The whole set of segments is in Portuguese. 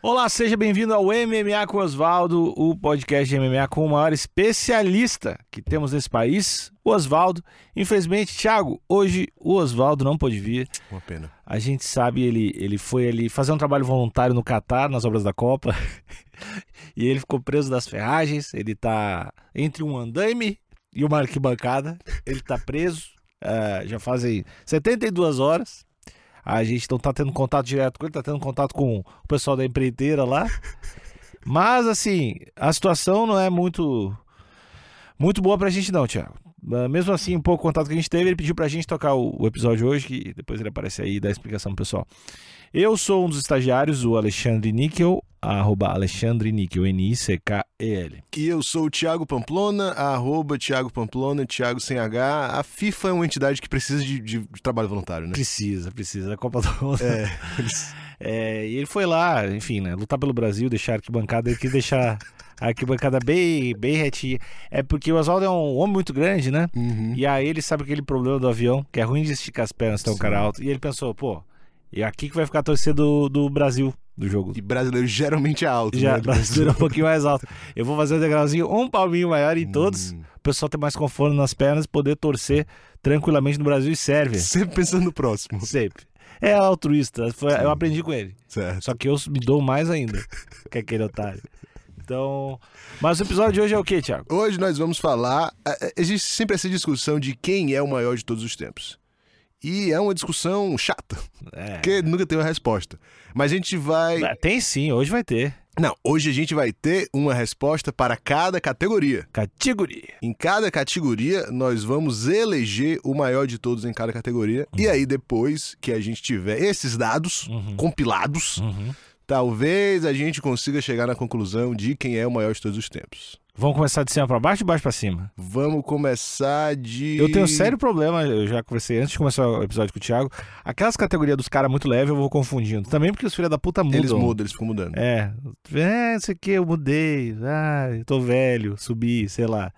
Olá, seja bem-vindo ao MMA com Oswaldo, o podcast de MMA com o maior especialista que temos nesse país, o Oswaldo. Infelizmente, Thiago, hoje o Oswaldo não pôde vir. Uma pena. A gente sabe, ele, ele foi ali fazer um trabalho voluntário no Catar, nas obras da Copa, e ele ficou preso das ferragens. Ele tá entre um andaime e uma arquibancada. Ele tá preso, ah, já fazem 72 horas. A gente não tá tendo contato direto com ele, tá tendo contato com o pessoal da empreiteira lá. Mas, assim, a situação não é muito muito boa pra gente não, Thiago. Ah, Mesmo assim, um pouco contato que a gente teve, ele pediu pra gente tocar o, o episódio hoje, que depois ele aparece aí e dá a explicação pro pessoal. Eu sou um dos estagiários, o Alexandre Níquel, arroba Alexandre Níquel, N-I-C-K-E-L. E eu sou o Thiago Pamplona, arroba Thiago Pamplona, Thiago sem H. A FIFA é uma entidade que precisa de, de- de trabalho voluntário, né? Precisa, precisa, da Copa do Mundo. É, É, e ele foi lá, enfim, né, lutar pelo Brasil, deixar a arquibancada, ele quis deixar a arquibancada bem, bem retinha. É porque o Oswaldo é um homem muito grande, né? Uhum. E aí ele sabe aquele problema do avião, que é ruim de esticar as pernas, tem um Sim. cara alto. E ele pensou, pô, é aqui que vai ficar a torcida do, do Brasil, do jogo. E brasileiro geralmente é alto, Já né? brasileiro é um pouquinho mais alto. Eu vou fazer um degrauzinho, um palminho maior em todos. Hum. O pessoal ter mais conforto nas pernas, poder torcer tranquilamente no Brasil e Sérvia. Sempre pensando no próximo. Sempre. É altruísta, foi- eu aprendi com ele. Certo. Só que eu me dou mais ainda que aquele otário. Então. Mas o episódio de hoje é o quê, Thiago? Hoje nós vamos falar. a- a- Existe sempre essa discussão de quem é o maior de todos os tempos. E é uma discussão chata, É, porque nunca tem uma resposta. Mas a gente vai. Tem sim, hoje vai ter. Não, hoje a gente vai ter uma resposta para cada categoria. Categoria. Em cada categoria, nós vamos eleger o maior de todos em cada categoria. Uhum. E aí, depois que a gente tiver esses dados compilados, Uhum. talvez a gente consiga chegar na conclusão de quem é o maior de todos os tempos. Vamos começar de cima pra baixo e baixo pra cima? Vamos começar de. Eu tenho um sério problema, eu já conversei antes de começar o episódio com o Thiago. Aquelas categorias dos caras muito leves eu vou confundindo. Também porque os filhos da puta mudam. Eles mudam, eles ficam mudando. É, é, não sei o que, eu mudei. Ah, eu tô velho, subi, sei lá.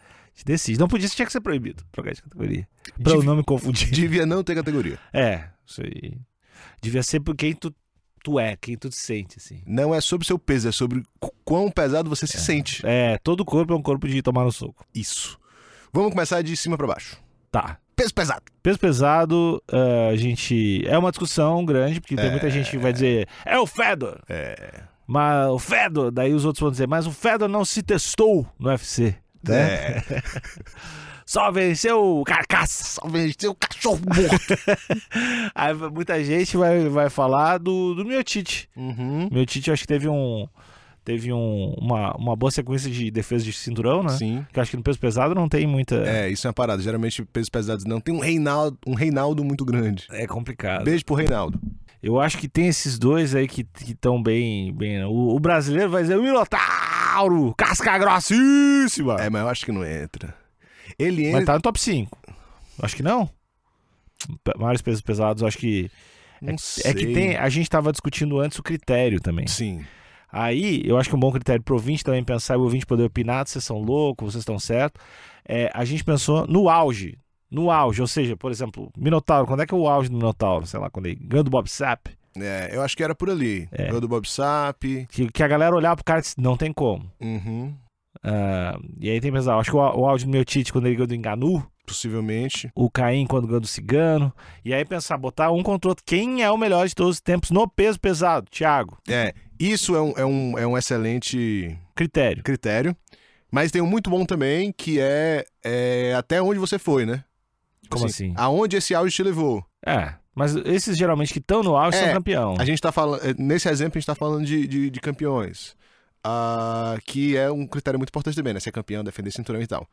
Decide. Não podia, isso tinha que ser proibido trocar de categoria. Pra eu Devi- não me confundir. Devia não ter categoria. É, isso aí. Devia ser por quem tu, tu é, quem tu te sente, assim. Não é sobre seu peso, é sobre qu- quão pesado você se sente. É, todo corpo é um corpo de tomar no soco. Isso. Vamos começar de cima pra baixo. Tá. Peso pesado. Peso pesado, ah, a gente. É uma discussão grande, porque tem muita gente que vai dizer, é o Fedor! É. Mas o Fedor, daí os outros vão dizer, mas o Fedor não se testou no UFC. Né? É. Só venceu o carcaça. Só venceu o um cachorro morto. Aí muita gente vai, vai falar do, do Miotite. uhum. O Miotite, eu acho que teve um. Teve um, uma, uma boa sequência de defesa de cinturão, né? Sim. Que eu acho que no peso pesado não tem muita. É, isso é uma parada. Geralmente pesos pesados não. Tem um Reinaldo, um Reinaldo muito grande. É complicado. Beijo pro Reinaldo. Eu acho que tem esses dois aí que estão bem. bem né? o, o brasileiro vai dizer o Minotauro! Casca grossíssima! É, mas eu acho que não entra. Ele Ah. Mas entra. tá no top 5. Acho que não. Pe- Maiores pesos pesados, acho que. É Não que sei. tem. A gente tava discutindo antes o critério também. Sim. Aí, eu acho que um bom critério pro ouvinte também pensar e o ouvinte poder opinar, vocês são loucos, vocês estão certos. É, a gente pensou no auge. No auge, ou seja, por exemplo, Minotauro, quando é que é o auge do Minotauro? Sei lá, quando ele ganha do Bob Sapp. É, eu acho que era por ali. É. do Bob Sap. Que, que a galera olhar pro cara e disse, não tem como. Uhum. Ah, e aí tem que pensar, acho que o, au- o áudio do meu Tite quando ele ganhou do Enganu, Possivelmente. o Caim quando ganhou do Cigano. E aí pensar, botar um contra o outro, quem é o melhor de todos os tempos no peso pesado? Thiago, É. Isso é um, é um, é um excelente critério. critério. Mas tem um muito bom também, que é, é até onde você foi, né? Como assim? Aonde esse auge te levou. É, mas esses geralmente que estão no auge É, são campeão. A gente tá falando. Nesse exemplo, a gente tá falando de, de, de campeões. ah, que é um critério muito importante também, né? Ser campeão, defender cinturão e tal.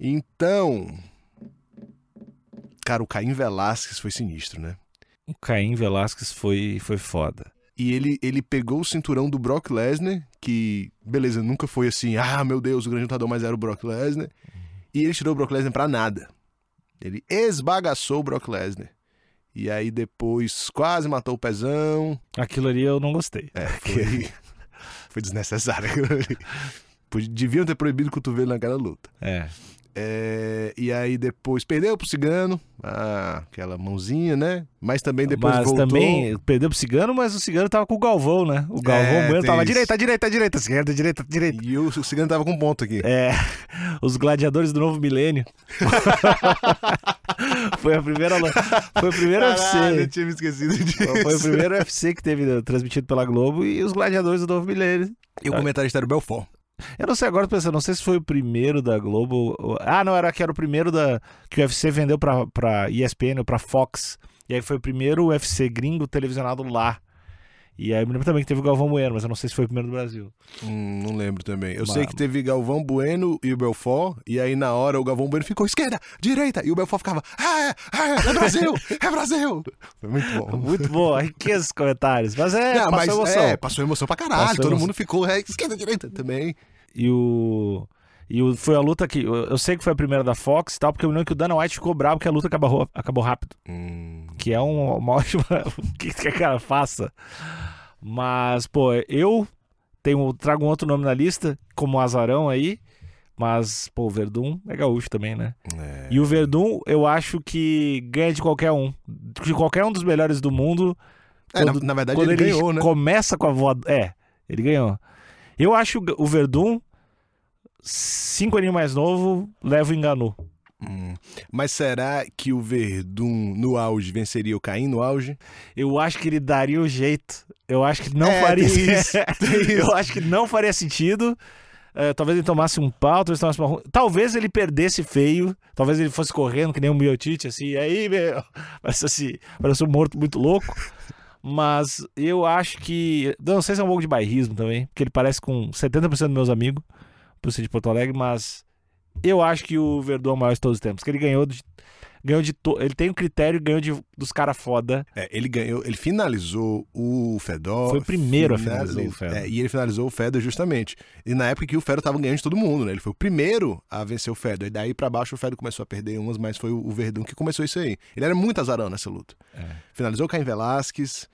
Então. Cara, o Caim Velasquez foi sinistro, né? O Caim Velasquez foi, foi foda. E ele, ele pegou o cinturão do Brock Lesnar, que, beleza, nunca foi assim, ah, meu Deus, o grande lutador, mas era o Brock Lesnar. E ele tirou o Brock Lesnar pra nada. Ele esbagaçou o Brock Lesnar. E aí depois quase matou o pezão. Aquilo ali eu não gostei. É, foi, foi desnecessário. aquilo ali. Podia- Deviam ter proibido o cotovelo naquela luta. É. É, e aí depois perdeu pro Cigano, ah, aquela mãozinha, né? Mas também depois mas voltou. também perdeu pro Cigano, mas o Cigano tava com o Galvão, né? O Galvão É, Bueno tem tava isso. direita, direita, direita, esquerda, direita, direita. E o Cigano tava com um ponto aqui. É, os gladiadores do novo milênio. foi a primeira, lo- foi o primeiro Caralho, UFC. eu tinha me esquecido disso. Foi o primeiro UFC que teve né, transmitido pela Globo e os gladiadores do novo milênio. E o comentarista era o Belfort. Eu não sei agora, tô pensando, não sei se foi o primeiro da Globo. ou- Ah, não, era que era o primeiro da que o UFC vendeu pra, pra ESPN ou pra Fox. E aí foi o primeiro UFC gringo televisionado lá. E aí eu me lembro também que teve o Galvão Bueno, mas eu não sei se foi o primeiro do Brasil. Hum, não lembro também. Eu Mas- sei que teve Galvão Bueno e o Belfort, e aí na hora o Galvão Bueno ficou esquerda, direita, e o Belfort ficava, ah, é, ah, é, é Brasil, é Brasil. Foi muito bom. Muito bom, riqueza os comentários. Mas é, passou Não, mas, emoção. É, passou emoção pra caralho, Passou todo emoção. mundo ficou é, esquerda, direita também. E o. E o, foi a luta que. Eu eu sei que foi a primeira da Fox e tal, porque eu me lembro que o Dana White ficou bravo que a luta acabou, acabou rápido. que é um, uma ótima. O que que a cara faça? Mas, pô, eu tenho, trago um outro nome na lista, como azarão aí. Mas, pô, o Verdun é gaúcho também, né? É. E o Verdun, eu acho que ganha de qualquer um. De qualquer um dos melhores do mundo. É, na, Quando- na verdade quando ele, ele, ganhou, né? começa com a voadora. É, ele ganhou. Eu acho o Verdun, cinco aninhos mais novo, leva o enganu. Hum. Mas será que o Verdun no auge venceria o Caim no auge? Eu acho que ele daria o jeito. Eu acho que não É, faria tem isso, Eu acho que não faria sentido. É, talvez ele tomasse um pau, talvez tomasse uma... ru- Talvez ele perdesse feio. Talvez ele fosse correndo que nem um miotite, assim. E aí, meu... Mas assim, parece um morto muito louco. Mas eu acho que... Não sei se é um pouco de bairrismo também. Porque ele parece com 70% dos meus amigos. Por ser de Porto Alegre, mas... Eu acho que o Verdun é o maior de todos os tempos. Que ele ganhou de... Ganhou de to... Ele tem o critério, ganhou de... dos caras foda. É, ele ganhou, ele finalizou o Fedor. Foi o primeiro a finalizar finali- o Fedor. É, e ele finalizou o Fedor justamente. E na época que o Fedor tava ganhando de todo mundo, né? Ele foi o primeiro a vencer o Fedor. E daí pra baixo o Fedor começou a perder umas, mas foi o Verdun que começou isso aí. Ele era muito azarão nessa luta. Finalizou o Caim Velasquez.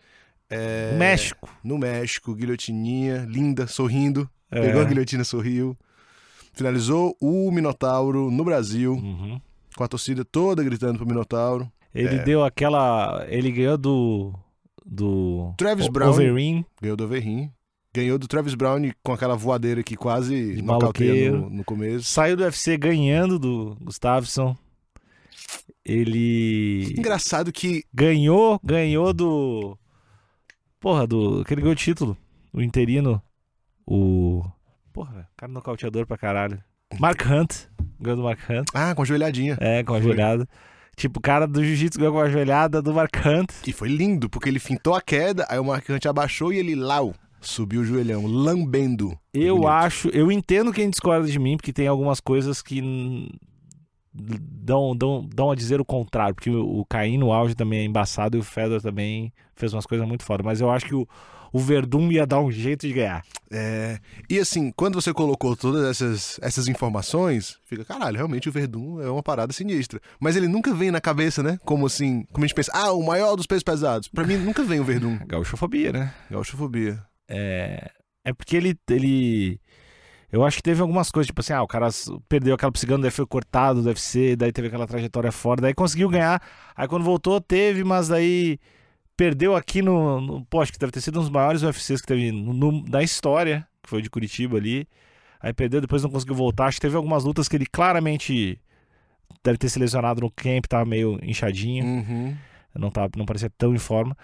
é, O É. México. No México, guilhotininha, linda, sorrindo. É. Pegou a guilhotina, sorriu. Finalizou o Minotauro no Brasil, Uhum. com a torcida toda gritando pro Minotauro. Ele deu aquela. Ele ganhou do. Do. Travis O- Brown. Overeem. Ganhou do Overrim. Ganhou do Travis Brown com aquela voadeira que quase De nocauteia no, maloqueiro. no começo. Saiu do UFC ganhando do Gustafsson. Ele. Engraçado que Ganhou, ganhou do. Porra, do. Que ele ganhou o título. O interino. O. Porra, velho, cara nocauteador pra caralho. Mark Hunt. Ganhou do Mark Hunt. Ah, com a joelhadinha. É, com a Foi. joelhada. Tipo, o cara do jiu-jitsu ganhou com a joelhada do Mark Hunt. E foi lindo, porque ele fintou a queda, aí o marcante abaixou e ele lau, subiu o joelhão, lambendo. Eu Bonito. acho, eu entendo quem discorda de mim, porque tem algumas coisas que hum, dão, dão, dão a dizer o contrário, porque o o Caim no auge também é embaçado e o Fedor também fez umas coisas muito foda, mas eu acho que o, o Verdun ia dar um jeito de ganhar. É, E assim, quando você colocou todas essas, essas informações, fica, caralho, realmente o Verdun é uma parada sinistra. Mas ele nunca vem na cabeça, né? Como assim, como a gente pensa, ah, o maior dos pesos pesados. Pra mim, nunca vem o Verdun. Gauchofobia, né? Gauchofobia. É, é porque ele, ele. Eu acho que teve algumas coisas, tipo assim, ah, o cara s- perdeu aquela pro cigano, daí foi cortado do UFC, daí teve aquela trajetória fora, daí conseguiu ganhar. Aí quando voltou, teve, mas daí perdeu aqui no. no pô, acho que deve ter sido um dos maiores UFCs que teve no- no- da história, que foi o de Curitiba ali. Aí perdeu, depois não conseguiu voltar. Acho que teve algumas lutas que ele claramente deve ter se lesionado no camp, tava meio inchadinho, Uhum. não, tava, não parecia tão em forma.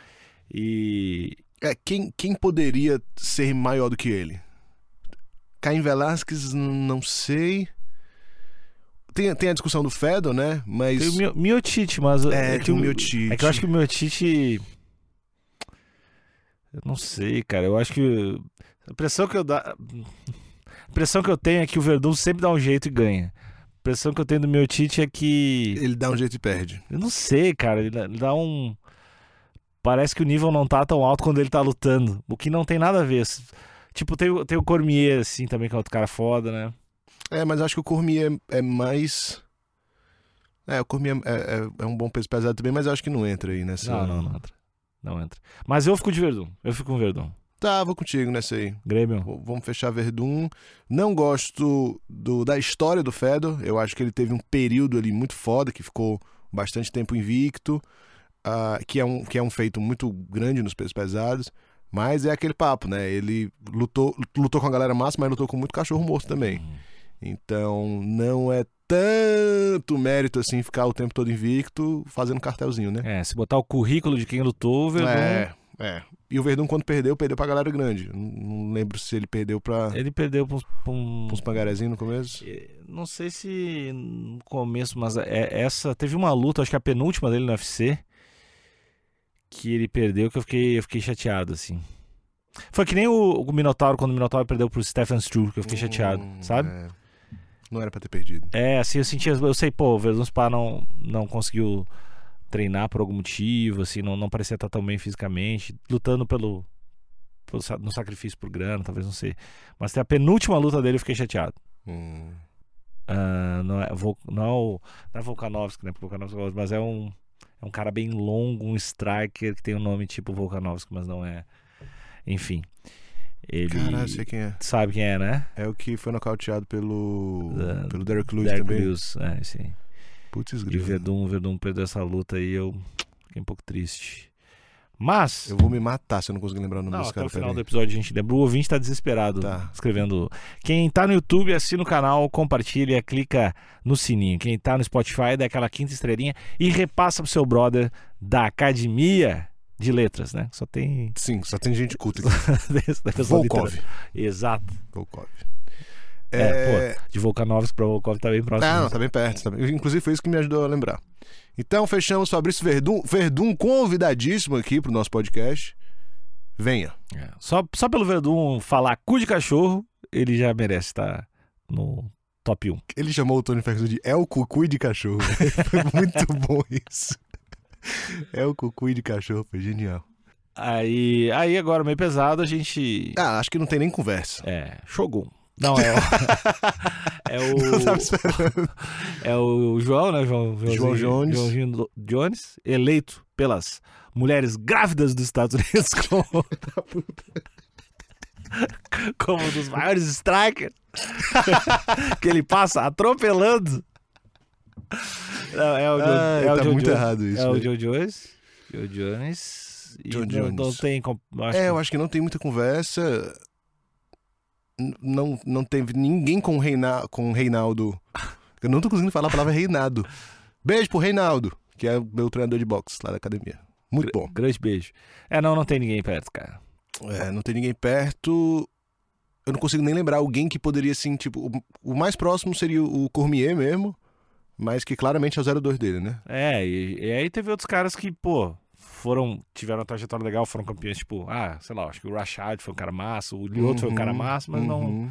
E, É, quem, quem poderia ser maior do que ele? Caim Velasquez, n- não sei. Tem, tem a discussão do Fedor, né? Mas. Tem o Mio- miotite, mas. É, tem o miotite. É que eu acho que o miotite. Eu não sei, cara. Eu acho que. A impressão que eu dá. A impressão que eu tenho é que o Verdun sempre dá um jeito e ganha. A impressão que eu tenho do miotite é que. Ele dá um jeito e perde. Eu não sei, cara. Ele dá- ele dá um. Parece que o nível não tá tão alto quando ele tá lutando. O que não tem nada a ver. Tipo, tem, o- tem o Cormier, assim, também, que é outro cara foda, né? É, mas acho que o Cormier é, é mais. É, o Cormier é, é- é um bom peso pesado também, mas acho que não entra aí nessa. Não, não, não entra. Não entra. Mas eu fico de Verdun. Eu fico com o Verdun. Tá, vou contigo nessa aí. Grêmio. V- Vamos fechar Verdun. Não gosto do, da história do Fedor. Eu acho que ele teve um período ali muito foda, que ficou bastante tempo invicto, ah, que, é um, que é um feito muito grande nos pesos pesados. Mas é aquele papo, né? Ele lutou, lutou com a galera massa, mas lutou com muito cachorro morto também. Uhum. Então não é tanto mérito assim ficar o tempo todo invicto fazendo cartelzinho, né? É, se botar o currículo de quem lutou, o Verdun, É, é. E o Verdun, quando perdeu, perdeu pra galera grande. Não, não lembro se ele perdeu pra ele perdeu pra uns- pra um. uns pangarezinhos no começo. Eh, Não sei se no começo, mas é- essa. Teve uma luta, acho que a penúltima dele no UFC. Que ele perdeu, que eu fiquei, eu fiquei chateado, assim. Foi que nem o, o Minotauro, quando o Minotauro perdeu pro Stephen Struve, que eu fiquei chateado, Hum, sabe? é. Não era pra ter perdido. É, assim, eu sentia. Eu sei, pô, o Verdun Spa não, não conseguiu treinar por algum motivo, assim, não, não parecia estar tão bem fisicamente, lutando pelo, pelo sa- no sacrifício por grana, talvez não sei. Mas até a penúltima luta dele eu fiquei chateado. Hum. Ah, não, é, Vol- não, é o- não é Volkanovski, né? Porque Volkanovski eu gosto, mas é um, é um cara bem longo, um striker que tem um nome tipo Volkanovski, mas não é. Enfim. Ele Caralho, sei quem é. sabe quem é, né? É o que foi nocauteado pelo, Da- pelo Derek Lewis Derek também. Lewis, é, esse aí. Putz, E o grilo. Verdun, o Verdun perdeu essa luta aí, eu fiquei um pouco triste. Mas, Eu vou me matar se eu não conseguir lembrar o nome não, desse até cara. o final do peraí. episódio a gente lembra. O ouvinte tá desesperado Tá. escrevendo. Quem tá no YouTube, assina o canal, compartilha, clica no sininho. Quem tá no Spotify, dá aquela quinta estrelinha e repassa pro seu brother da academia de letras, né? Só tem. Sim, só tem gente culta aqui. da pessoa de Volkov. literatura. Exato. Volkov. É, De Volkanovski pra Volkov tá bem próximo. Ah, tá, não, tá bem perto. tá bem- Inclusive foi isso que me ajudou a lembrar. Então fechamos Fabrício Verdun, Verdun convidadíssimo aqui pro nosso podcast. Venha. É, Só, só pelo Verdun falar cu de cachorro, ele já merece estar no top 1. Ele chamou o Tony Ferguson de El Cucuí de Cachorro. foi muito bom isso. El Cucuí de Cachorro, foi genial. Aí, aí agora, meio pesado, a gente. Ah, acho que não tem nem conversa. É, Shogun. Não, é o. é Não tava o. esperando. É o João, né? João, João Jones. Joãozinho do- Jones, eleito pelas mulheres grávidas dos Estados Unidos como. como um dos maiores strikers. que ele passa atropelando. Não, é o, Joe- Ai, é o tá Joe muito Jones. errado isso, É o velho. Joe Jones. Joe Jones. E Joe não, Jones. não tem. como- acho É, que- eu acho que não tem muita conversa. N- Não, não teve ninguém com o Reina, com o Reinaldo. Eu não tô conseguindo falar a palavra Reinaldo. Beijo pro Reinaldo, que é o meu treinador de boxe lá da academia. Muito bom. Grande beijo. É, não, não tem ninguém perto, cara. É, não tem ninguém perto. Eu não consigo nem lembrar alguém que poderia, assim, tipo. O, o mais próximo seria o Cormier mesmo, mas que claramente é o 02 dele, né? É, e, e aí teve outros caras que, pô, foram, tiveram uma trajetória legal, foram campeões, tipo, ah, sei lá, acho que o Rashad foi um cara massa, o Lioto foi um Uhum, cara massa, mas não, uhum.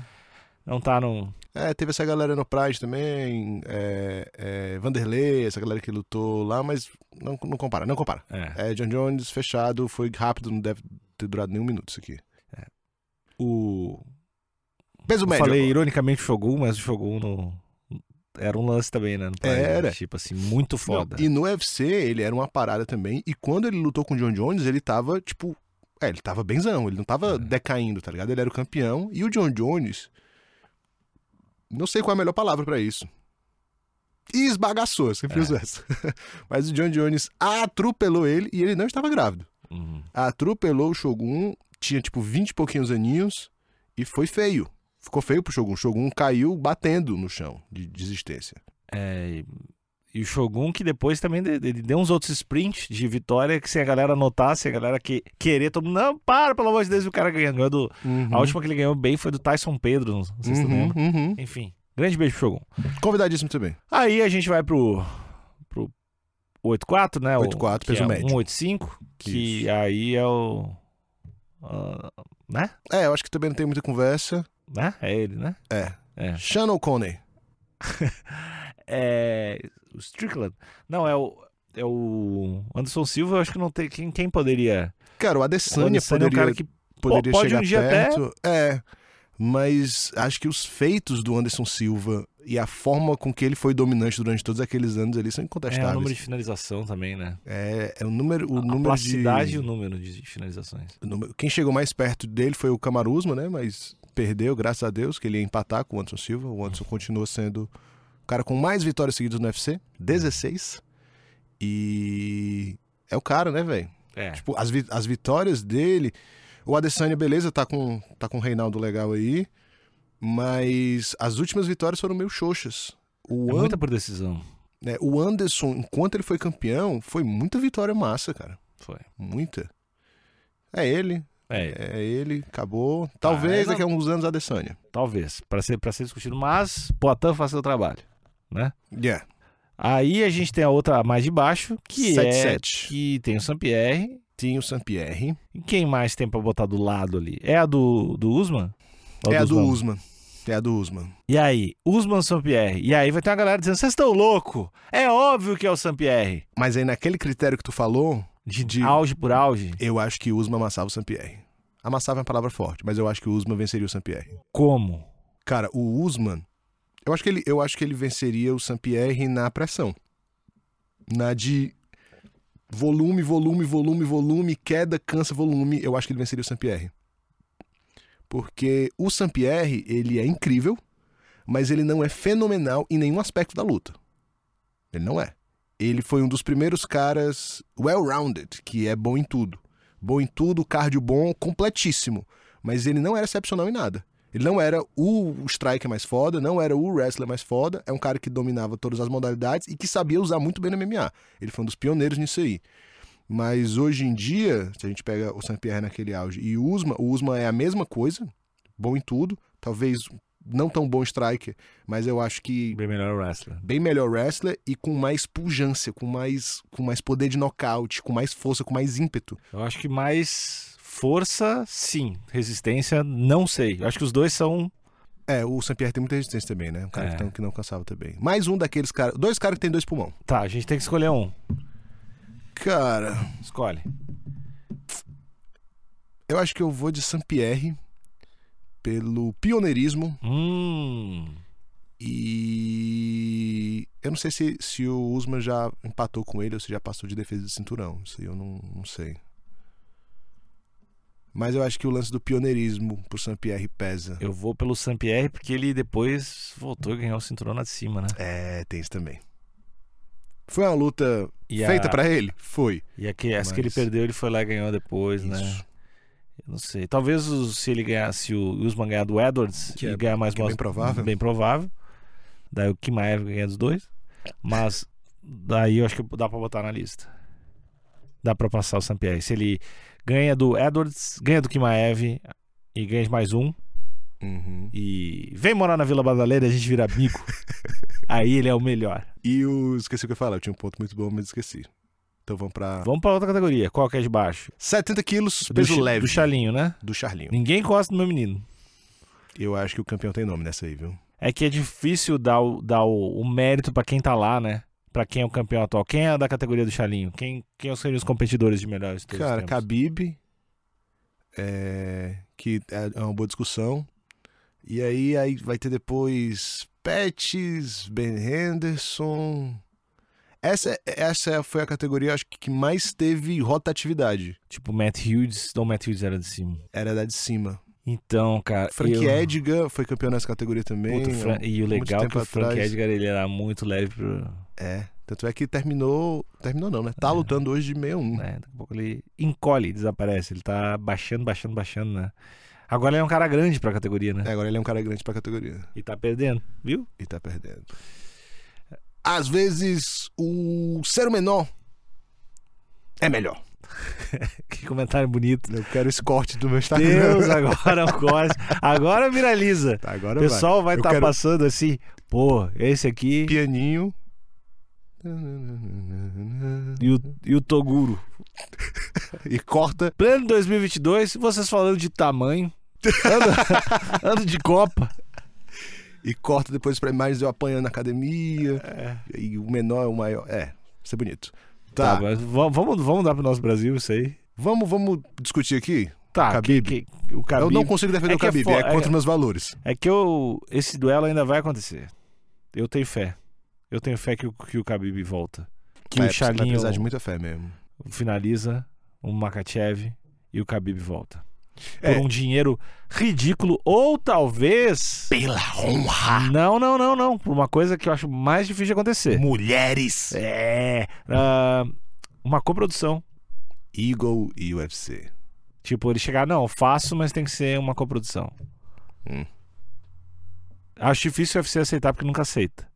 não tá num. É, teve essa galera no Pride também, é, é, Vanderlei, essa galera que lutou lá, mas não, não compara, não compara. É. É, John Jones fechado, foi rápido, não deve ter durado nenhum minuto isso aqui. O. Peso Eu médio. falei agora. ironicamente o Shogun, mas o Shogun no. Era um lance também, né? no Pride, Era. né? Tipo assim, muito foda. Não, e no UFC ele era uma parada também, e quando ele lutou com o John Jones, ele tava, tipo, é, ele tava benzão, ele não É. tava decaindo, tá ligado? Ele era o campeão, e o John Jones, não sei qual é a melhor palavra pra isso. E esbagaçou, eu sempre É. uso essa. Mas o John Jones atropelou ele, e ele não estava grávido. Uhum. atropelou o Shogun, tinha tipo 20 e pouquinhos aninhos e foi feio. Ficou feio pro Shogun. O Shogun caiu batendo no chão de desistência. É, e- e o Shogun que depois também de- ele deu uns outros sprints de vitória que se a galera notar, se a galera que, querer, todo mundo, não, para, pelo amor de Deus, o cara ganhou. ganhou do, A última tá que ele ganhou bem foi do Tyson Pedro, não sei se tu Uhum, lembra. uhum. Enfim, grande beijo pro Shogun. Convidadíssimo também. Aí a gente vai pro, pro 84, né? 8-4, o, que peso é médio. 185, que Isso. aí é o... ah, né? É, eu acho que também não tem muita conversa. Né? É ele, né? É. É. Sean O'Connor. É... O Strickland. Não, é o... É o Anderson Silva, eu acho que não tem. Quem, quem poderia? Cara, o o Adesanya Adesanya é um poderia, cara que poderia pode um chegar dia até- perto. É. mas acho que os feitos do Anderson Silva e a forma com que ele foi dominante durante todos aqueles anos ali são É, o número de incontestáveis. finalização também, né? É, é o número, o a, número a plasticidade de... e o número de finalizações. o número- Quem chegou mais perto dele foi o Camaruzma, né? Mas perdeu, graças a Deus, que ele ia empatar com o Anderson Silva. O Anderson continua sendo o cara com mais vitórias seguidas no UFC, 16. E é o cara, né, velho? É. Tipo, as, vi- as vitórias dele. O Adesanya, beleza, tá com, tá com o Reinaldo legal aí. Mas as últimas vitórias foram meio xoxas. é O, An- muita por decisão. né, o Anderson, enquanto ele foi campeão, foi muita vitória massa, cara. Foi. Muita. É ele, É, é ele, acabou. Talvez não- daqui a uns anos a Adesanya. talvez. Pra ser, pra ser discutido. Mas Poitin faz seu trabalho, né? Yeah. Aí a gente tem a outra mais de baixo, que é 7-7. que tem o Sampierre. Tinha o Sampierre. E quem mais tem pra botar do lado ali? É a do, do Usman? Ou É a do Usman? Usman. É a do Usman. E aí, Usman Sampierre. E aí vai ter uma galera dizendo: vocês estão louco? É óbvio que é o Sampierre. Mas aí naquele critério que tu falou, De, De- auge por auge, eu acho que o Usman amassava o Sampierre. Amassava é uma palavra forte, mas eu acho que o Usman venceria o Sampierre. como? Cara, o Usman, eu acho que ele, eu acho que ele venceria o Sampierre na pressão. Na de volume, volume, volume, volume, queda, cansa, volume, eu acho que ele venceria o Sampierre. Porque o Sampierre, ele é incrível, mas ele não é fenomenal em nenhum aspecto da luta. Ele não é. Ele foi um dos primeiros caras well-rounded, que é bom em tudo. Bom em tudo, cardio bom, completíssimo. Mas ele não era excepcional em nada. Ele não era o striker mais foda, não era o wrestler mais foda, é um cara que dominava todas as modalidades e que sabia usar muito bem no MMA. Ele foi um dos pioneiros nisso aí. Mas hoje em dia, se a gente pega o Saint Pierre naquele auge e o Usma, o Usma é a mesma coisa, bom em tudo, talvez não tão bom striker, mas eu acho que Bem melhor o wrestler. bem melhor wrestler e com mais pujança, com mais, com mais poder de nocaute, com mais força, com mais ímpeto. Eu acho que mais força, sim. Resistência, não sei. Eu acho que os dois são. É, o Saint-Pierre tem muita resistência também, né? Um cara É. que, tam- que não cansava também. Mais um daqueles caras. Dois caras que tem dois pulmão. Tá, a gente tem que escolher um. Cara, Escolhe. eu acho que eu vou de Saint-Pierre pelo pioneirismo Hum. e. Eu não sei se, se o Usman já empatou com ele ou se já passou de defesa de cinturão. Isso aí eu não, não sei. Mas eu acho que o lance do pioneirismo pro Saint-Pierre pesa. Eu vou pelo Sampierre porque ele depois voltou a ganhar o cinturão lá de cima, né? É, tem isso também. Foi uma luta E a- feita pra ele? Foi. E aqui, essa que ele Mas- perdeu, ele foi lá e ganhou depois, né? Eu não sei. Talvez o- se ele ganhasse o Usman ganhar do Edwards Que e é- ganhar mais que é bem mos- provável. Bem provável. Daí o Kimaev ganha dos dois. Mas daí eu acho que dá pra botar na lista. Dá pra passar o Sampierre. Se ele ganha do Edwards, ganha do Kimaev e ganha de mais um. Uhum. E vem morar na Vila Badaleira e a gente vira amigo. Aí ele é o melhor. E o. Esqueci o que eu ia falar, eu tinha um ponto muito bom, mas esqueci. Então vamos pra. Vamos pra outra categoria. Qual que é de baixo? 70 quilos, Do peso chi- leve. Do Chalinho, né? do Charlinho. Ninguém gosta do meu menino. Eu acho que o campeão tem nome nessa aí, viu? É que é difícil dar o, dar o, o mérito pra quem tá lá, né? Pra quem é o campeão atual. Quem é da categoria do Chalinho? Quem, quem seriam os competidores de melhores de todos os Cara, tempos? Khabib. É... Que é uma boa discussão. E aí, aí vai ter depois. Pettis, Ben Henderson. Essa, é, essa foi a categoria, acho que, que mais teve rotatividade. Tipo Matt Hughes. Não, Matt Hughes era de cima. era da de cima. Então, cara... Frank eu... Edgar foi campeão nessa categoria também. um Puta, o Fran- E o legal é tempo que o Frank atrás. Edgar, ele era muito leve pro... É. Tanto é que terminou. Terminou não, né? É. Tá lutando hoje de 61. né? Daqui a pouco ele encolhe, desaparece. Ele tá baixando, baixando, baixando, né? Agora ele é um cara grande pra categoria, né? É, agora ele é um cara grande pra categoria. E tá perdendo, viu? E tá perdendo. Às vezes, o ser menor é melhor. Que comentário bonito. Eu quero esse corte do Tá, meu Instagram. Deus, agora é um corte. Agora viraliza. Tá, O agora vai. pessoal vai Eu estar quero- passando assim, pô, esse aqui Pianinho. e o, e o Toguro. E corta. Plano 2022, vocês falando de tamanho, ano, ano de Copa. E corta depois pra imagens eu apanhando na academia. E o menor é o maior. É, isso é bonito. Tá, mas va- vamos, vamos dar pro nosso Brasil isso aí. Vamos, vamos discutir aqui Tá, Khabib. que- que- o Khabib... Eu não consigo defender É o que é Khabib, fo- é, é- contra meus valores. É que eu. Esse duelo ainda vai acontecer. Eu tenho fé. Eu tenho fé que, o- que o Khabib volta. Que Vai- o Vai Chalinho precisar de muita fé mesmo. finaliza, o Makachev e o Khabib volta. Por É. um dinheiro ridículo, ou talvez. Pela honra, Não, não, não, não. Por uma coisa que eu acho mais difícil de acontecer. mulheres. É. ah, uma coprodução. Eagle e UFC. Tipo, ele chegar, não, eu faço, mas tem que ser uma coprodução. Hum. Acho difícil o UFC aceitar porque nunca aceita.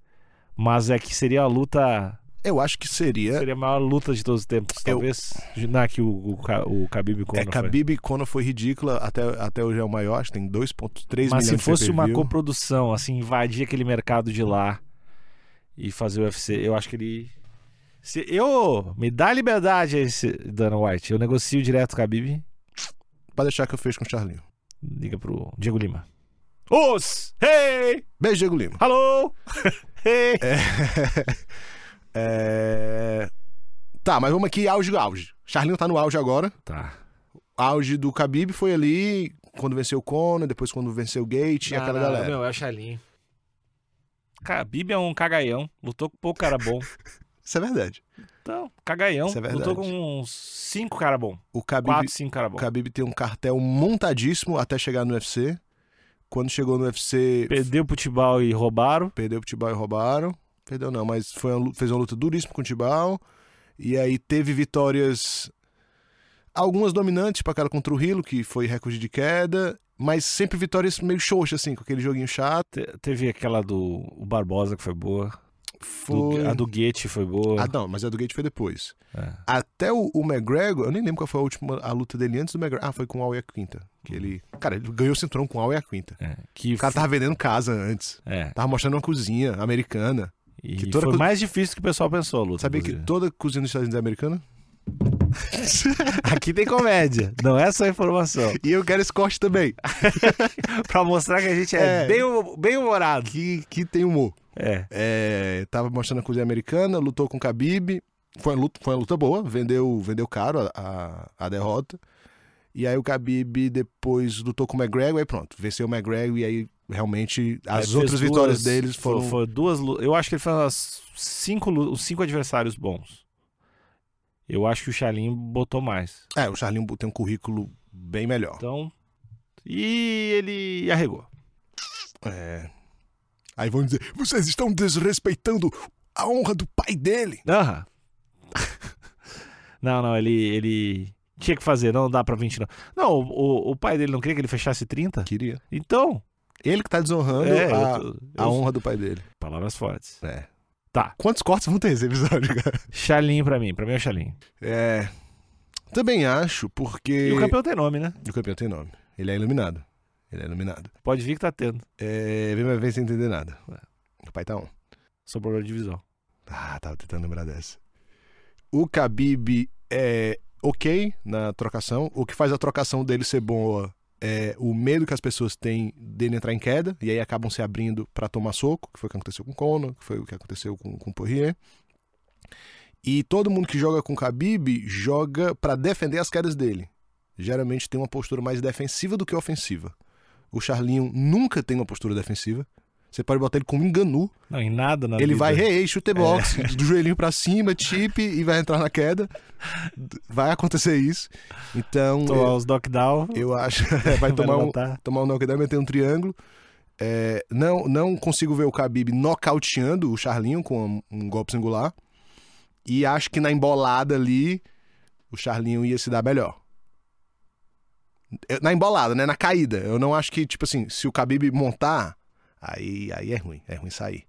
Mas é que seria a luta. Eu acho que seria... Seria a maior luta de todos os tempos, É. Eu- talvez. Na que o, o, Ca- o Khabib É, Conor foi. Khabib e Conor foi ridícula, até, até hoje é o maior, acho que tem 2.3 milhões Mas de se fosse uma pay-per-view. coprodução, assim, invadir aquele mercado de lá e fazer o UFC, eu acho que ele. Se eu me dá liberdade a esse Dana White, eu negocio direto com a Bibi, Pode deixar que eu fecho com o Charlinho. liga pro Diego Lima. Os! Hey! Beijo, Diego Lima. Alô! hey! É... Tá, mas vamos aqui auge auge. Charlinho tá no auge agora. Tá. Auge do Khabib foi ali quando venceu o Conor, depois quando venceu o Gate e Não, aquela não, galera. Não, é o Chalinho. Khabib é um cagaião, lutou com pouco cara bom. Isso é verdade. Então, cagaião, Isso é lutou verdade. com uns cinco cara bom. O Khabib, Quatro, cinco cara o bom. Khabib tem um cartel montadíssimo até chegar no UFC. Quando chegou no UFC, Perdeu o futebol e roubaram. perdeu pro Tibau e roubaram. Perdeu não, mas foi uma lu- fez uma luta duríssima com o Tibau. E aí teve vitórias, algumas dominantes, para aquela contra o Rilo, que foi recorde de queda. Mas sempre vitórias meio xoxa, assim, com aquele joguinho chato. Te- teve aquela do o Barbosa que foi boa. Do- Foi... a do Guete foi boa. Ah, não, mas a do Gate foi depois. É. Até o, o McGregor, eu nem lembro qual foi a última a luta dele antes do McGregor. Ah, foi com o Al e a Quinta. Que ele, cara, ele ganhou o cinturão com o Al e a Quinta. É, que O cara tá fo- tava vendendo casa antes. é, Tava mostrando uma cozinha americana. e que toda foi co- mais difícil que o pessoal pensou a luta. Sabia que inclusive. toda cozinha nos Estados Unidos é americana? Aqui tem comédia, não é só informação. E eu quero esse corte também. pra mostrar que a gente é, É. bem, hu- bem humorado. Que, que tem humor. É. É, tava mostrando a cozinha americana, lutou com o Khabib. Foi uma luta, foi uma luta boa, vendeu, vendeu caro a, a, a derrota. E aí o Khabib depois lutou com o McGregor, aí pronto, venceu o McGregor e aí realmente Aí as fez outras duas- vitórias deles fo- foram... foi duas, lu- eu acho que ele fez umas cinco, lu- uns cinco adversários bons. Eu acho que o Chalinho botou mais. É, o Charlinho tem um currículo bem melhor. Então. E ele arregou. É. Aí vão dizer, vocês estão desrespeitando a honra do pai dele. Aham. não, não, ele, ele tinha que fazer, não dá pra 20 não. Não, o, o- o pai dele não queria que ele fechasse 30? Queria. Então, Ele que tá desonrando é, a, eu tô- a eu- honra do pai dele. palavras fortes. É. Tá. Quantos cortes vão ter esse episódio, cara? Chalinho pra mim, pra mim é o Chalinho. É. Também acho, porque. E o campeão tem nome, né? o campeão tem nome. Ele é iluminado. Ele é iluminado. Pode vir que tá tendo. É. Vem, vem sem entender nada. O pai tá on. Sou problema de divisão. Ah, tava tentando lembrar dessa. O Khabib é ok na trocação. O que faz a trocação dele ser boa é o medo que as pessoas têm dele entrar em queda. E aí acabam se abrindo pra tomar soco, que foi o que aconteceu com o Conor, que foi o que aconteceu com, com o Poirier. E todo mundo que joga com o Khabib joga pra defender as quedas dele. Geralmente tem uma postura mais defensiva do que ofensiva. O Charlinho nunca tem uma postura defensiva. Você pode botar ele como um enganu, Não, em nada na ele vida. vai rei, chute box, do joelhinho pra cima, tip e vai entrar na queda. Vai acontecer isso. Então, Tomar os knockdown. eu, eu acho. vai tomar um, levantar. tomar um knockdown, meter um triângulo. É, não, não consigo ver o Khabib nocauteando o Charlinho com um, um golpe singular. E acho que na embolada ali, o Charlinho ia se dar melhor. Eu- Na embolada, né? Na caída. Eu não acho que, tipo assim, se o Khabib montar, aí, aí é ruim. É ruim sair.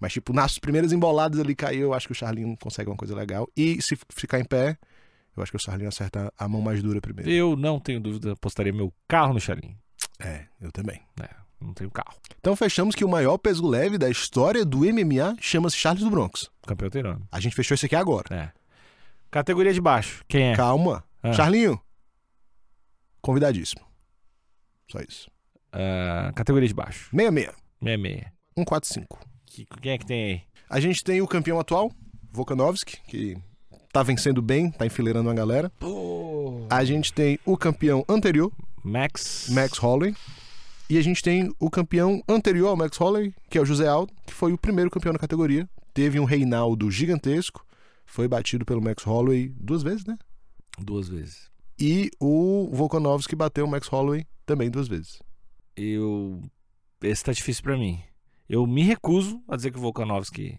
Mas, tipo, nas primeiras emboladas ali caiu, eu acho que o Charlinho consegue uma coisa legal. E se ficar em pé, eu acho que o Charlinho acerta a mão mais dura primeiro. Eu não tenho dúvida, apostaria meu carro no Chalinho. É, eu também. É, não tenho carro. Então fechamos que o maior peso leve da história do MMA chama-se Charles do Bronx. O campeão tem nome. A gente fechou isso aqui agora. É. Categoria de baixo. Quem é? Calma. Ah. Charlinho, convidadíssimo. Só isso. Ah, categoria de baixo. 66, 66. 145. Que- Quem é que tem aí? A gente tem o campeão atual, Volkanovski, que tá vencendo bem, tá enfileirando uma galera. Pô. A gente tem o campeão anterior, Max. Max Holloway. E a gente tem o campeão anterior ao Max Holloway, que é o José Aldo, que foi o primeiro campeão na categoria. Teve um reinaldo gigantesco. Foi batido pelo Max Holloway duas vezes, né? Duas vezes. E o Volkanovski bateu o Max Holloway também duas vezes. Eu. Esse tá difícil pra mim. Eu me recuso a dizer que o Volkanovski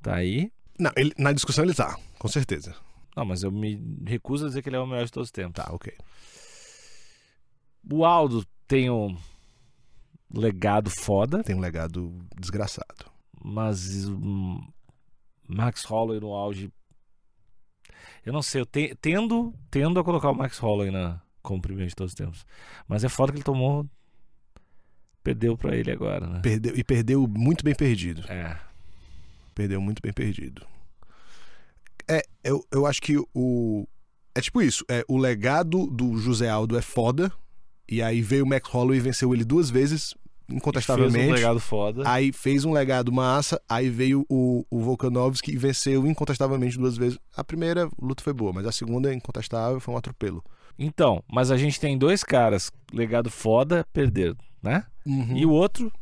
tá aí. Não, ele- na discussão ele tá, com certeza. Não, mas eu me recuso a dizer que ele é o melhor de todos os tempos. Tá, ok. O Aldo tem um legado foda, Tem um legado desgraçado. mas hum, Max Holloway no auge. Eu não sei, eu te- tendo, tendo a colocar o Max Holloway na, como primeiro de todos os tempos. Mas é foda que ele tomou. Perdeu pra ele agora, né? Perdeu, e perdeu muito bem perdido. É. Perdeu muito bem perdido. É, eu, eu acho que o. É tipo isso: é, o legado do José Aldo é foda. E aí veio o Max Holloway e venceu ele duas vezes, incontestavelmente. Fez um legado foda. Aí fez um legado massa, aí veio o, o Volkanovski e venceu incontestavelmente duas vezes. A primeira luta foi boa, mas a segunda, incontestável, foi um atropelo. Então, mas a gente tem dois caras, legado foda, perderam, né? E o outro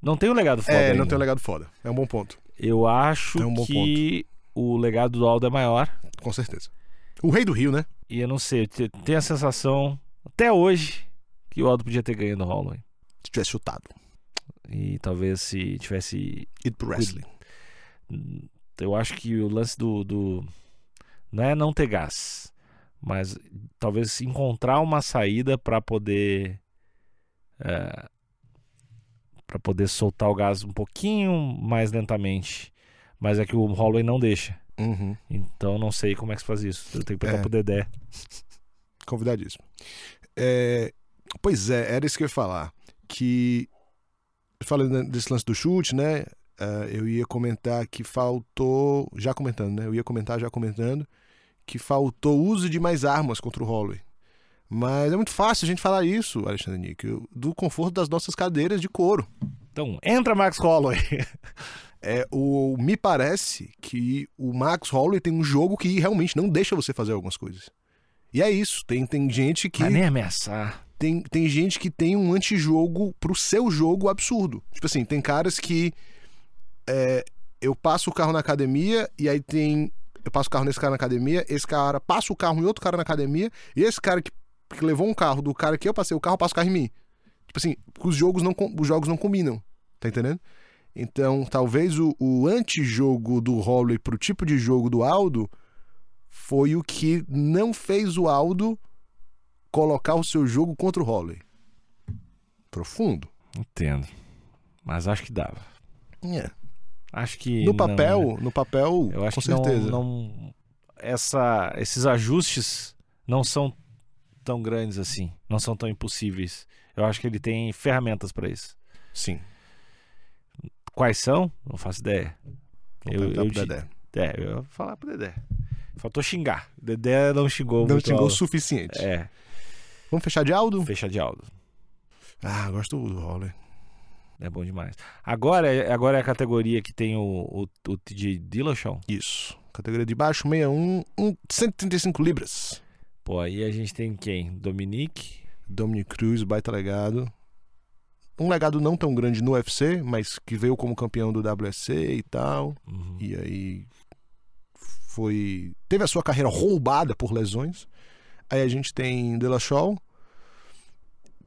não tem o legado foda. Uhum. né? É, ainda. não tem um legado foda. É um bom ponto, Eu acho Tem um bom que o legado do Aldo é maior. com certeza. O Rei do Rio, né? E eu não sei, eu te- tenho a sensação, até hoje, que o Aldo podia ter ganho do Holloway. Se tivesse chutado, E talvez se tivesse. ido pro wrestling. Eu acho que o lance do. do- Não é não ter gás, mas talvez se encontrar uma saída pra poder. É... para poder soltar o gás um pouquinho mais lentamente. Mas é que o Holloway não deixa. Uhum. Então não sei como é que se faz isso. Eu tenho que perguntar É. pro Dedé. Convidadíssimo. É, pois é, era isso que eu ia falar. Que. Falando desse lance do chute, né? ah, eu ia comentar que faltou. Já comentando, né? Eu ia comentar já comentando. Que faltou uso de mais armas contra o Holloway. Mas é muito fácil a gente falar isso, Alexandre Nick, do conforto das nossas cadeiras de couro. Então, entra Max Holloway. É, o, me parece que o Max Holloway tem um jogo que realmente não deixa você fazer algumas coisas. E é isso. Tem, tem gente que. Mas nem ameaçar. tem, tem gente que tem um antijogo pro seu jogo absurdo. Tipo assim, tem caras que. é, eu passo o carro na academia e aí tem. Eu passo o carro nesse cara na academia, esse cara passa o carro em outro cara na academia, e esse cara que, que levou um carro do cara que eu passei o carro, passa o carro em mim. Tipo assim, os jogos não, com- os jogos não combinam. Tá entendendo? Então, talvez o, o antijogo do Holloway pro tipo de jogo do Aldo foi o que não fez o Aldo colocar o seu jogo contra o Holloway. Profundo. Entendo. Mas acho que dava. É. Acho que. No não, papel, né? no papel, eu acho com que certeza. Não, não- essa, esses ajustes não são tão grandes assim. Não são tão impossíveis. Eu acho que ele tem ferramentas pra isso. Sim. Quais são? Não faço ideia. Vou Eu- perguntar eu pro te- Dedé. É, eu ia falar pro Dedé. Faltou xingar. Dedé não xingou Não muito chegou o Aldo. suficiente. É, Vamos fechar de Aldo? fecha de Aldo. Ah, gosto do Holloway. É bom demais. Agora, é- agora é a categoria que tem o, o, o TJ Dillashaw. Isso. Categoria de baixo, 61, um, 135 libras. Pô, aí a gente tem quem? Dominique, Dominic Cruz, baita legado. Um legado não tão grande no UFC, mas que veio como campeão do WSC e tal. Uhum. E aí foi. Teve a sua carreira roubada por lesões. Aí a gente tem Dillashaw.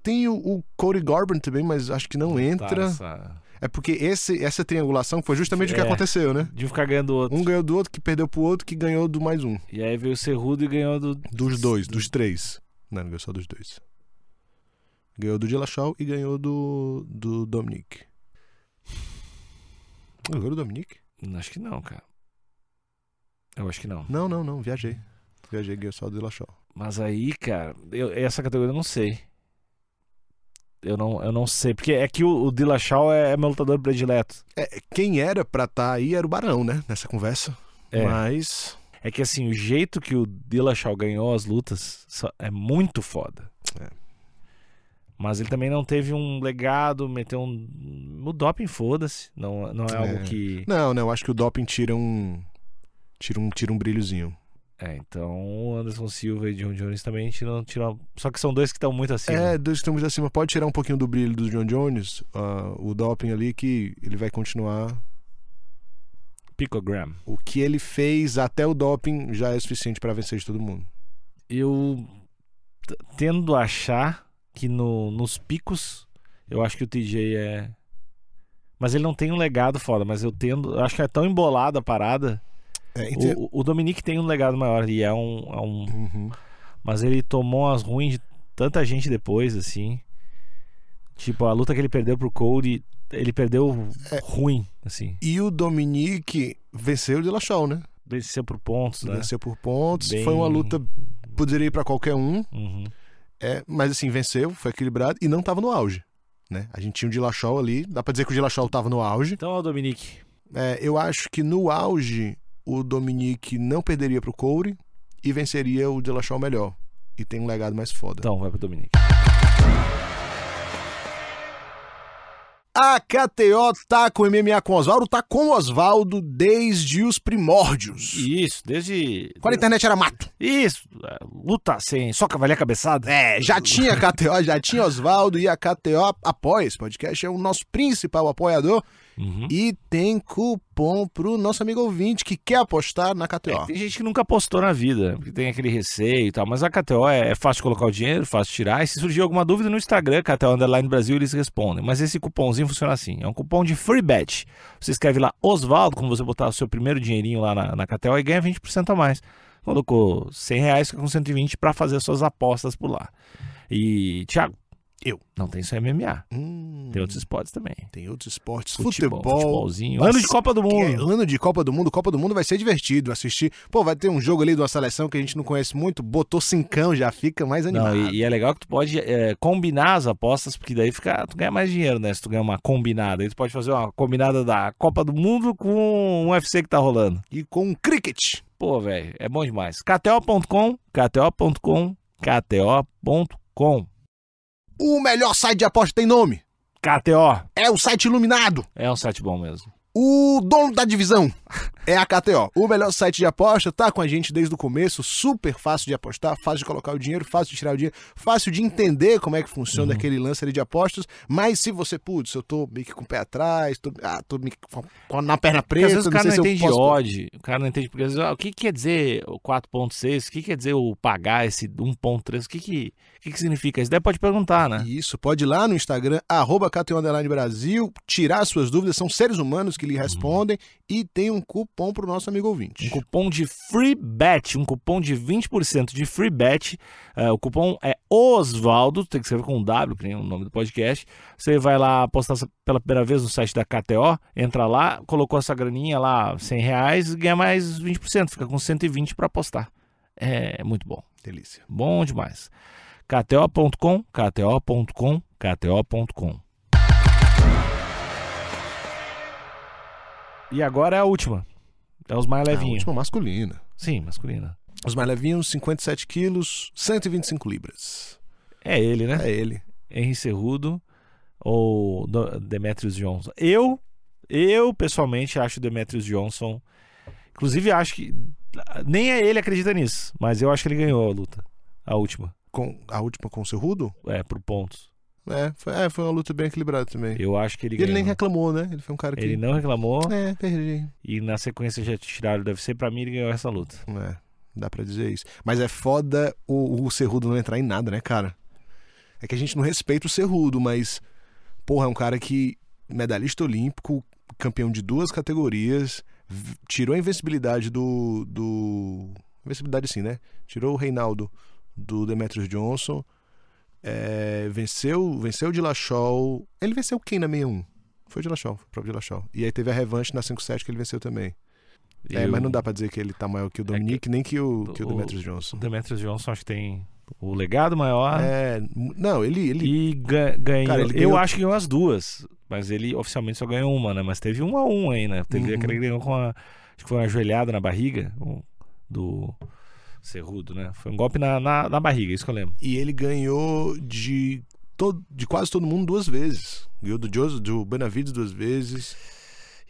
Tem o, o Cody Garban também, mas acho que não Tá, entra. essa- É porque esse, essa triangulação foi justamente o que É. aconteceu, né? De um ficar ganhando outro. Um ganhou do outro, que perdeu pro outro, que ganhou do mais um. E aí veio o Cerrudo e ganhou do. Dos dois, dos três. Não, não ganhou só dos dois. Ganhou do Dillashaw e ganhou do, do Dominic. Ah, Ganhou do Dominic? Acho que não, cara. Eu acho que não. Não, não, não, viajei. Viajei, ganhou só do Dillashaw. Mas aí, cara, eu- essa categoria eu não sei. Eu não, eu não sei. Porque é que o, o Dillashaw é, é meu lutador predileto. É, quem era pra estar aí era o Barão, né? Nessa conversa. É. Mas. É que assim, o jeito que o Dillashaw ganhou as lutas só- é muito foda. É. Mas ele também não teve um legado, meteu um. O doping, foda-se. Não, não é algo É. que. Não, não, acho que o doping tira um. Tira um, tira um brilhozinho. É, então o Anderson Silva e John Jones também tiram, tiram. Só que são dois que estão muito acima. É, dois que estão muito acima. Pode tirar um pouquinho do brilho do John Jones, ah, o doping ali, que ele vai continuar. Picogram. O que ele fez até o doping já é suficiente pra vencer de todo mundo. Eu t- tendo a achar que no, nos picos, eu acho que o TJ é. Mas ele não tem um legado foda, mas eu tendo. eu acho que é tão embolada a parada. É, ente- O, o Dominique tem um legado maior e é um, é um. Uhum. Mas ele tomou as ruins de tanta gente depois, assim. Tipo, a luta que ele perdeu pro Cody, ele perdeu ruim, assim. E o Dominique venceu o Dillashaw, né? Venceu por pontos, né? Venceu por pontos. Bem- Foi uma luta, poderia ir pra qualquer um, Uhum. é, mas assim, venceu, foi equilibrado e não tava no auge. Né? A gente tinha o Dillashaw ali, dá pra dizer que o Dillashaw tava no auge. Então, ó, Dominique. É, eu acho que no auge o Dominique não perderia pro Corey e venceria o Dillashaw melhor. E tem um legado mais foda. Então, vai pro Dominique. A KTO tá com o MMA com Oswaldo, tá com o Oswaldo desde os primórdios. Isso, desde. Quando a internet era mato. Isso, é, luta sem só cavalear cabeçada. É, já tinha KTO, já tinha Oswaldo e a KTO apoia esse podcast, é o nosso principal apoiador Uhum. e tem cupom pro nosso amigo ouvinte que quer apostar na É, KTO. tem gente que nunca apostou na vida, porque tem aquele receio e tal, mas a KTO é, é fácil colocar o dinheiro, fácil tirar. E se surgir alguma dúvida no Instagram, KTO Underline Brasil, eles respondem. Mas esse cupomzinho funciona assim: é um cupom de free bet. Você escreve lá Osvaldo, quando você botar o seu primeiro dinheirinho lá na, na KTO e ganha 20% a mais. Colocou 100 reais, fica com 120 para fazer as suas apostas por lá. E, Thiago, Eu. Não tem só MMA, Hum, tem outros esportes também. tem outros esportes, Futebol, futebol futebolzinho. Ano de Copa do tipo, É, Mundo. ano de Copa do Mundo, Copa do Mundo vai ser divertido assistir. Pô, vai ter um jogo ali de uma seleção que a gente não conhece muito, botou cincão, já fica mais Não, animado. e, e é legal que tu pode é, combinar as apostas, porque daí fica, tu ganha mais dinheiro, né? Se tu ganha uma combinada. Aí tu pode fazer uma combinada da Copa do Mundo com um UFC que tá rolando. E com um cricket. Pô, velho, é bom demais. KTO.com, KTO.com, KTO.com. O melhor site de aposta tem nome. KTO É o site iluminado. é um site bom mesmo. O dono da divisão é a KTO. O melhor site de aposta tá com a gente desde o começo, super fácil de apostar, fácil de colocar o dinheiro, fácil de tirar o dinheiro, fácil de entender como é que Uhum. funciona aquele lance ali de apostas. Mas se você, putz, eu tô meio que com o pé atrás, tô, ah, tô meio que com- com- na perna Porque preta, às vezes o não cara sei não, se eu entende posso... odd, o cara não entende, porque às vezes, ah, o que, que quer dizer o 4.6, o que quer dizer o pagar esse 1.3, o que que, o que que significa isso? Daí pode perguntar, né? E Isso, pode ir lá no Instagram, arroba KTO Underline Brasil, tirar suas dúvidas, são seres humanos que lhe respondem e tem um cupom pro nosso amigo ouvinte. Uhum. Um cupom de free bet, um cupom de 20% de free bet. É, o cupom é Osvaldo, tem que escrever com um W, que nem o nome do podcast. Você vai lá postar essa- pela primeira vez no site da KTO, entra lá, colocou essa graninha lá, 100 reais, ganha mais 20%, fica com 120 para apostar. É muito bom, Delícia. bom demais. KTO.com, KTO.com, KTO.com. E agora é a última. É os mais A levinhos. última masculina. Sim, masculina. Os mais levinhos, 57 quilos, 125 libras. É ele, né? É ele. Henry Cerrudo ou Do- Demetrius Johnson. Eu, eu pessoalmente acho o Demetrius Johnson. Inclusive, acho que. Nem é ele acredita nisso, mas eu acho que ele ganhou a luta. A última. Com, a última com o Cerrudo? É, por pontos. É foi, é, foi uma luta bem equilibrada também. Eu acho que ele E ele ganhou. nem reclamou, né? Ele foi um cara que. Ele não reclamou É, perdi. e na sequência já tiraram o UFC. Pra mim, ele ganhou essa luta. É, dá pra dizer isso. Mas é foda o, o Cerrudo não entrar em nada, né, cara? É que a gente não respeita o Cerrudo, mas. Porra, é um cara que. Medalhista olímpico, campeão de duas categorias, v- tirou a invencibilidade do. do invencibilidade sim, né? Tirou o Reinaldo do Demetrius Johnson. é, venceu venceu o Dillashaw. Ele venceu quem na 61? Foi o Dillashaw, foi o próprio Dillashaw. E aí teve a revanche na 5-7 que ele venceu também. É, Eu- mas não dá pra dizer que ele tá maior que o Dominique, nem que o, que o o- Demetrius O Johnson. Demetrius Johnson acho que tem o legado maior. É, m- não, ele, ele E ga- ganhou. Cara, ele Eu ganhou- acho que ganhou as duas. Mas ele oficialmente só ganhou uma, né? Mas teve um a um aí, né? Teve Uhum. aquele que ganhou com a. Acho que foi uma ajoelhada na barriga um, do Cerrudo, né? Foi um golpe na, na, na barriga, isso que eu lembro. e ele ganhou de todo, de quase todo mundo duas vezes. Ganhou do Joseph, do Benavides duas vezes.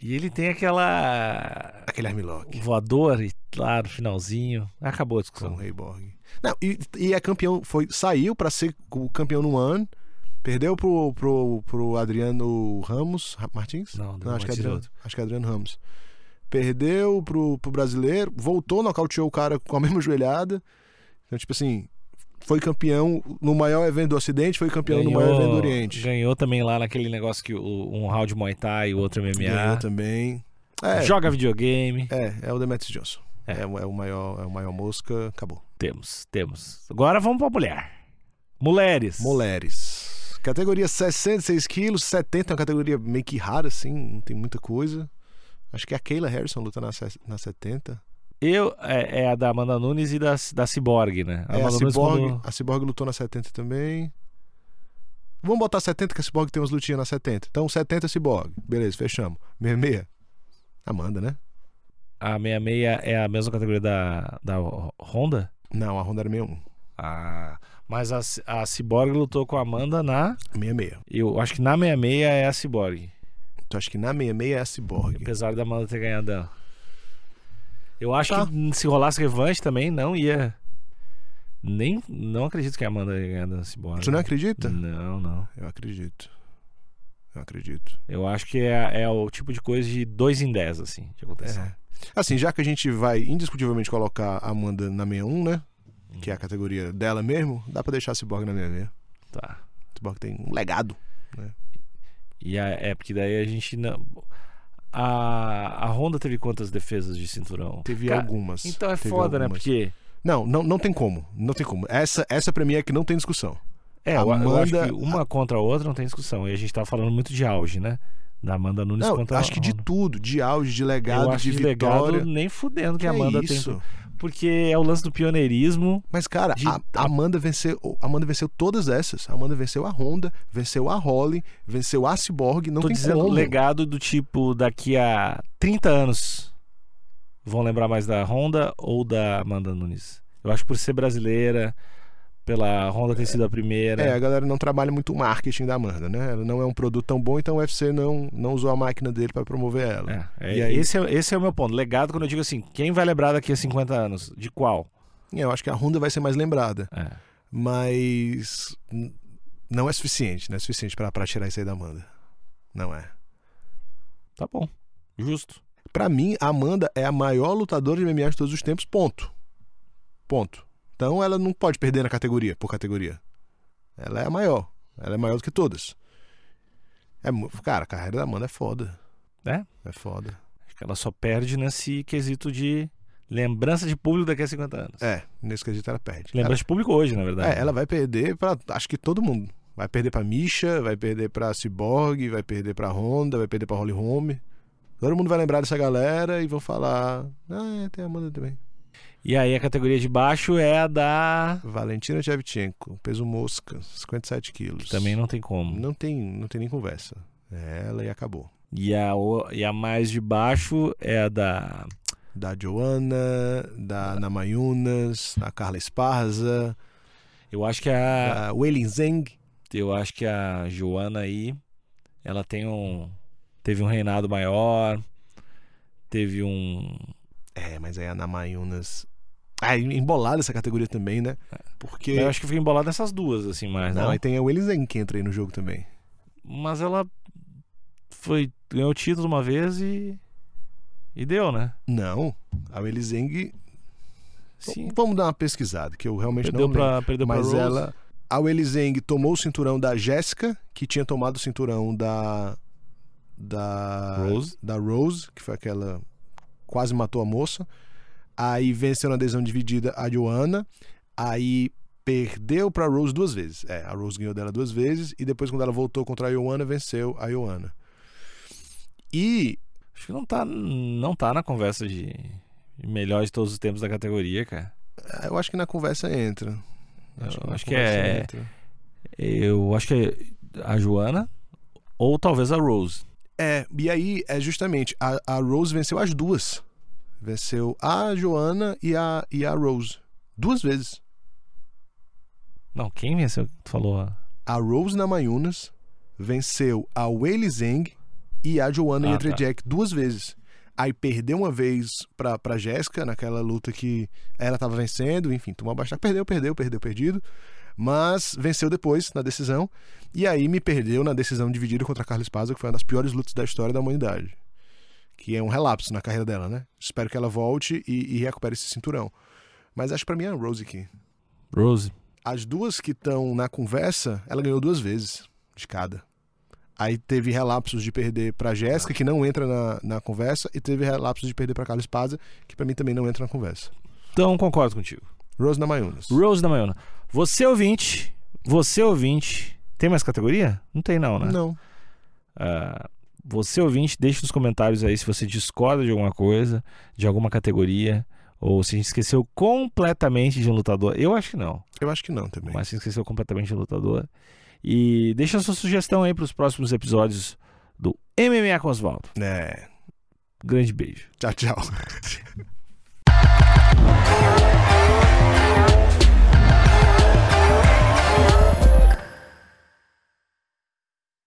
E ele tem aquela Aquele Armlock. voador e lá no finalzinho. Acabou a Com o discussão. Ray Borg. Não, e, e é campeão, foi, saiu pra ser o campeão no ano, perdeu pro, pro, pro Adriano Ramos Ra- Martins? Não, não, acho, que é Martins é Adriano, outro. acho que é Adriano Ramos. Perdeu pro, pro brasileiro, voltou, nocauteou o cara com a mesma joelhada. Então, tipo assim, foi campeão no maior evento do Ocidente, foi campeão no maior evento do Oriente. ganhou também lá naquele negócio que o- um round Muay Thai e o outro Ganhou MMA. também. É, Joga videogame. é, é o Demetrius Johnson. É. É. o- é o maior, é o maior mosca, acabou. Temos, temos. Agora vamos pra mulher. Mulheres. Mulheres. Categoria 66 quilos, 70 é uma categoria meio que rara, assim, não tem muita coisa. Acho que é a Kayla Harrison luta na, se- na 70. Eu, é, é a da Amanda Nunes e da, da Cyborg, né? É, a, Amanda Nunes Cyborg, quando- a Cyborg lutou na 70 também. Vamos botar 70, que a Cyborg tem umas lutinhas na 70. Então, 70 Cyborg. Beleza, fechamos. 66. Amanda, né? A 66 é a mesma categoria da, da Honda? Não, a Ronda era 61. Ah, mas a, a Cyborg lutou com a Amanda na. 66. Eu acho que na 66 é a Cyborg. Então, acho que na 66 é a Cyborg. Apesar da Amanda ter ganhado dela. Eu acho Tá. que se rolasse revanche também, não ia. Nem. Não acredito que a Amanda ia ganhar da Cyborg. Tu não acredita? Não, não. Eu acredito. Eu acredito. Eu acho que é, é o tipo de coisa de 2 em 10, assim, que acontece. É. Assim, já que a gente vai indiscutivelmente colocar a Amanda na 61, né? Que é a categoria dela mesmo, dá pra deixar a Cyborg na 66. Tá. A Cyborg tem um legado. E a, é porque daí a gente não. A, a Honda teve quantas defesas de cinturão? Teve Ca- algumas. Então é Teve foda, né? algumas. Porque. Não, não, não tem como. Não tem como. Essa, essa pra mim é que não tem discussão. É, eu- eu acho Amanda- que uma contra a outra não tem discussão. E a gente tava falando muito de auge, né? Da Amanda Nunes Não, contra a acho que de Honda. tudo, de auge, de legado, eu acho de que vitória. legado nem fudendo que a É Amanda isso. tem. Porque é o lance do pioneirismo. Mas, cara, De- a, a Amanda venceu. a Amanda venceu todas essas. A Amanda venceu a Honda, venceu a Holly, venceu a Cyborg. Não tô tem dizendo como. legado do tipo, daqui a 30 anos vão lembrar mais da Honda ou da Amanda Nunes. Eu acho que por ser brasileira, pela Honda ter sido a primeira. É, a galera não trabalha muito o marketing da Amanda, né? Ela não é um produto tão bom, então o UFC não, não usou a máquina dele pra promover ela. É, é, E aí- esse, é, esse é o meu ponto. Legado, quando eu digo assim, quem vai lembrar daqui a 50 anos? De qual? É, Eu acho que a Honda vai ser mais lembrada, É. mas n- não é suficiente, não é suficiente pra pra tirar isso aí da Amanda. Não é. Tá bom. Justo. Pra mim, a Amanda é a maior lutadora de MMA de todos os tempos, ponto. Ponto. Então ela não pode perder na categoria, por categoria. Ela é a maior. Ela é maior do que todas. É, mu- cara, a carreira da Amanda é foda. É? É foda. Acho que ela só perde nesse quesito de lembrança de público daqui a 50 anos. É, nesse quesito ela perde. Lembrança de público hoje, na verdade. É, ela vai perder pra. acho que todo mundo. Vai perder pra Misha, vai perder pra Cyborg, vai perder pra Honda, vai perder pra Holly Holm. Todo mundo vai lembrar dessa galera e vão falar. Ah, é, tem a Amanda também. E aí a categoria de baixo é a da. Valentina Shevchenko, peso mosca, 57 quilos. Também não tem como. Não tem, não tem nem conversa. É ela e acabou. E a, o- e a mais de baixo é a da. Da Joana, da Ana Mayunas, da Carla Esparza, Eu acho que é a. da Weilin Zeng. Eu acho que é a Joana aí. Ela tem um. Teve um reinado maior. Teve um. É, mas aí a Ana Mayunas. Ah, embolada essa categoria também, né? Porque. Eu acho que fica embolado nessas duas, assim, mais. Não, É. não? aí tem a Welizen que entra aí no jogo também. Mas ela foi ganhou o título uma vez e e deu, né? Não, a Welizeng. Sim. Vamos dar uma pesquisada, que eu realmente Perdeu não pra, perdeu pra lembro. Mas Rose. ela. A Welizeng tomou o cinturão da Jéssica, que tinha tomado o cinturão da. Da. Rose. Da Rose, que foi aquela. Quase matou a moça. Aí venceu na decisão dividida a Joana. Aí perdeu pra Rose duas vezes. É, a Rose ganhou dela duas vezes. E depois, quando ela voltou contra a Joana, venceu a Joana. E Acho que não tá, não tá na conversa de melhor de todos os tempos da categoria, cara. eh, Eu acho que na conversa entra. Eu na acho que conversa é- entra. Eu acho que é a Joana ou talvez a Rose. É, e aí é justamente, a, a Rose venceu as duas. Venceu a Joana e a, e a Rose. Duas vezes. Não, quem venceu? Tu falou a A Rose na Mayunas venceu a Weili Zeng e a Joanna Ah, Jędrzejczyk duas vezes. Aí perdeu uma vez pra, pra Jéssica, naquela luta que ela tava vencendo, enfim, tomou abaixar. Perdeu, perdeu, perdeu, perdido. Mas venceu depois na decisão. E aí me perdeu na decisão dividida contra a Carla Espasa, que foi uma das piores lutas da história da humanidade. Que é um relapso na carreira dela, né? Espero que ela volte e, e recupere esse cinturão. Mas acho que pra mim é a Rose aqui. Rose. As duas que estão na conversa, ela ganhou duas vezes de cada. Aí teve relapsos de perder pra Jéssica, que não entra na, na conversa, e teve relapsos de perder pra Carla Espasa, que pra mim também não entra na conversa. Então concordo contigo. Rose na Mayunas. Rose da Maiona. Você ouvinte, você ouvinte. Tem mais categoria? Não tem não, né? Não. Ah, você ouvinte, deixe nos comentários aí se você discorda de alguma coisa, de alguma categoria, ou se a gente esqueceu completamente de um lutador. Eu acho que não, Eu acho que não também. mas se esqueceu completamente de um lutador. E deixa a sua sugestão aí para os próximos episódios do MMA com Oswaldo. É. Grande beijo. Tchau, tchau.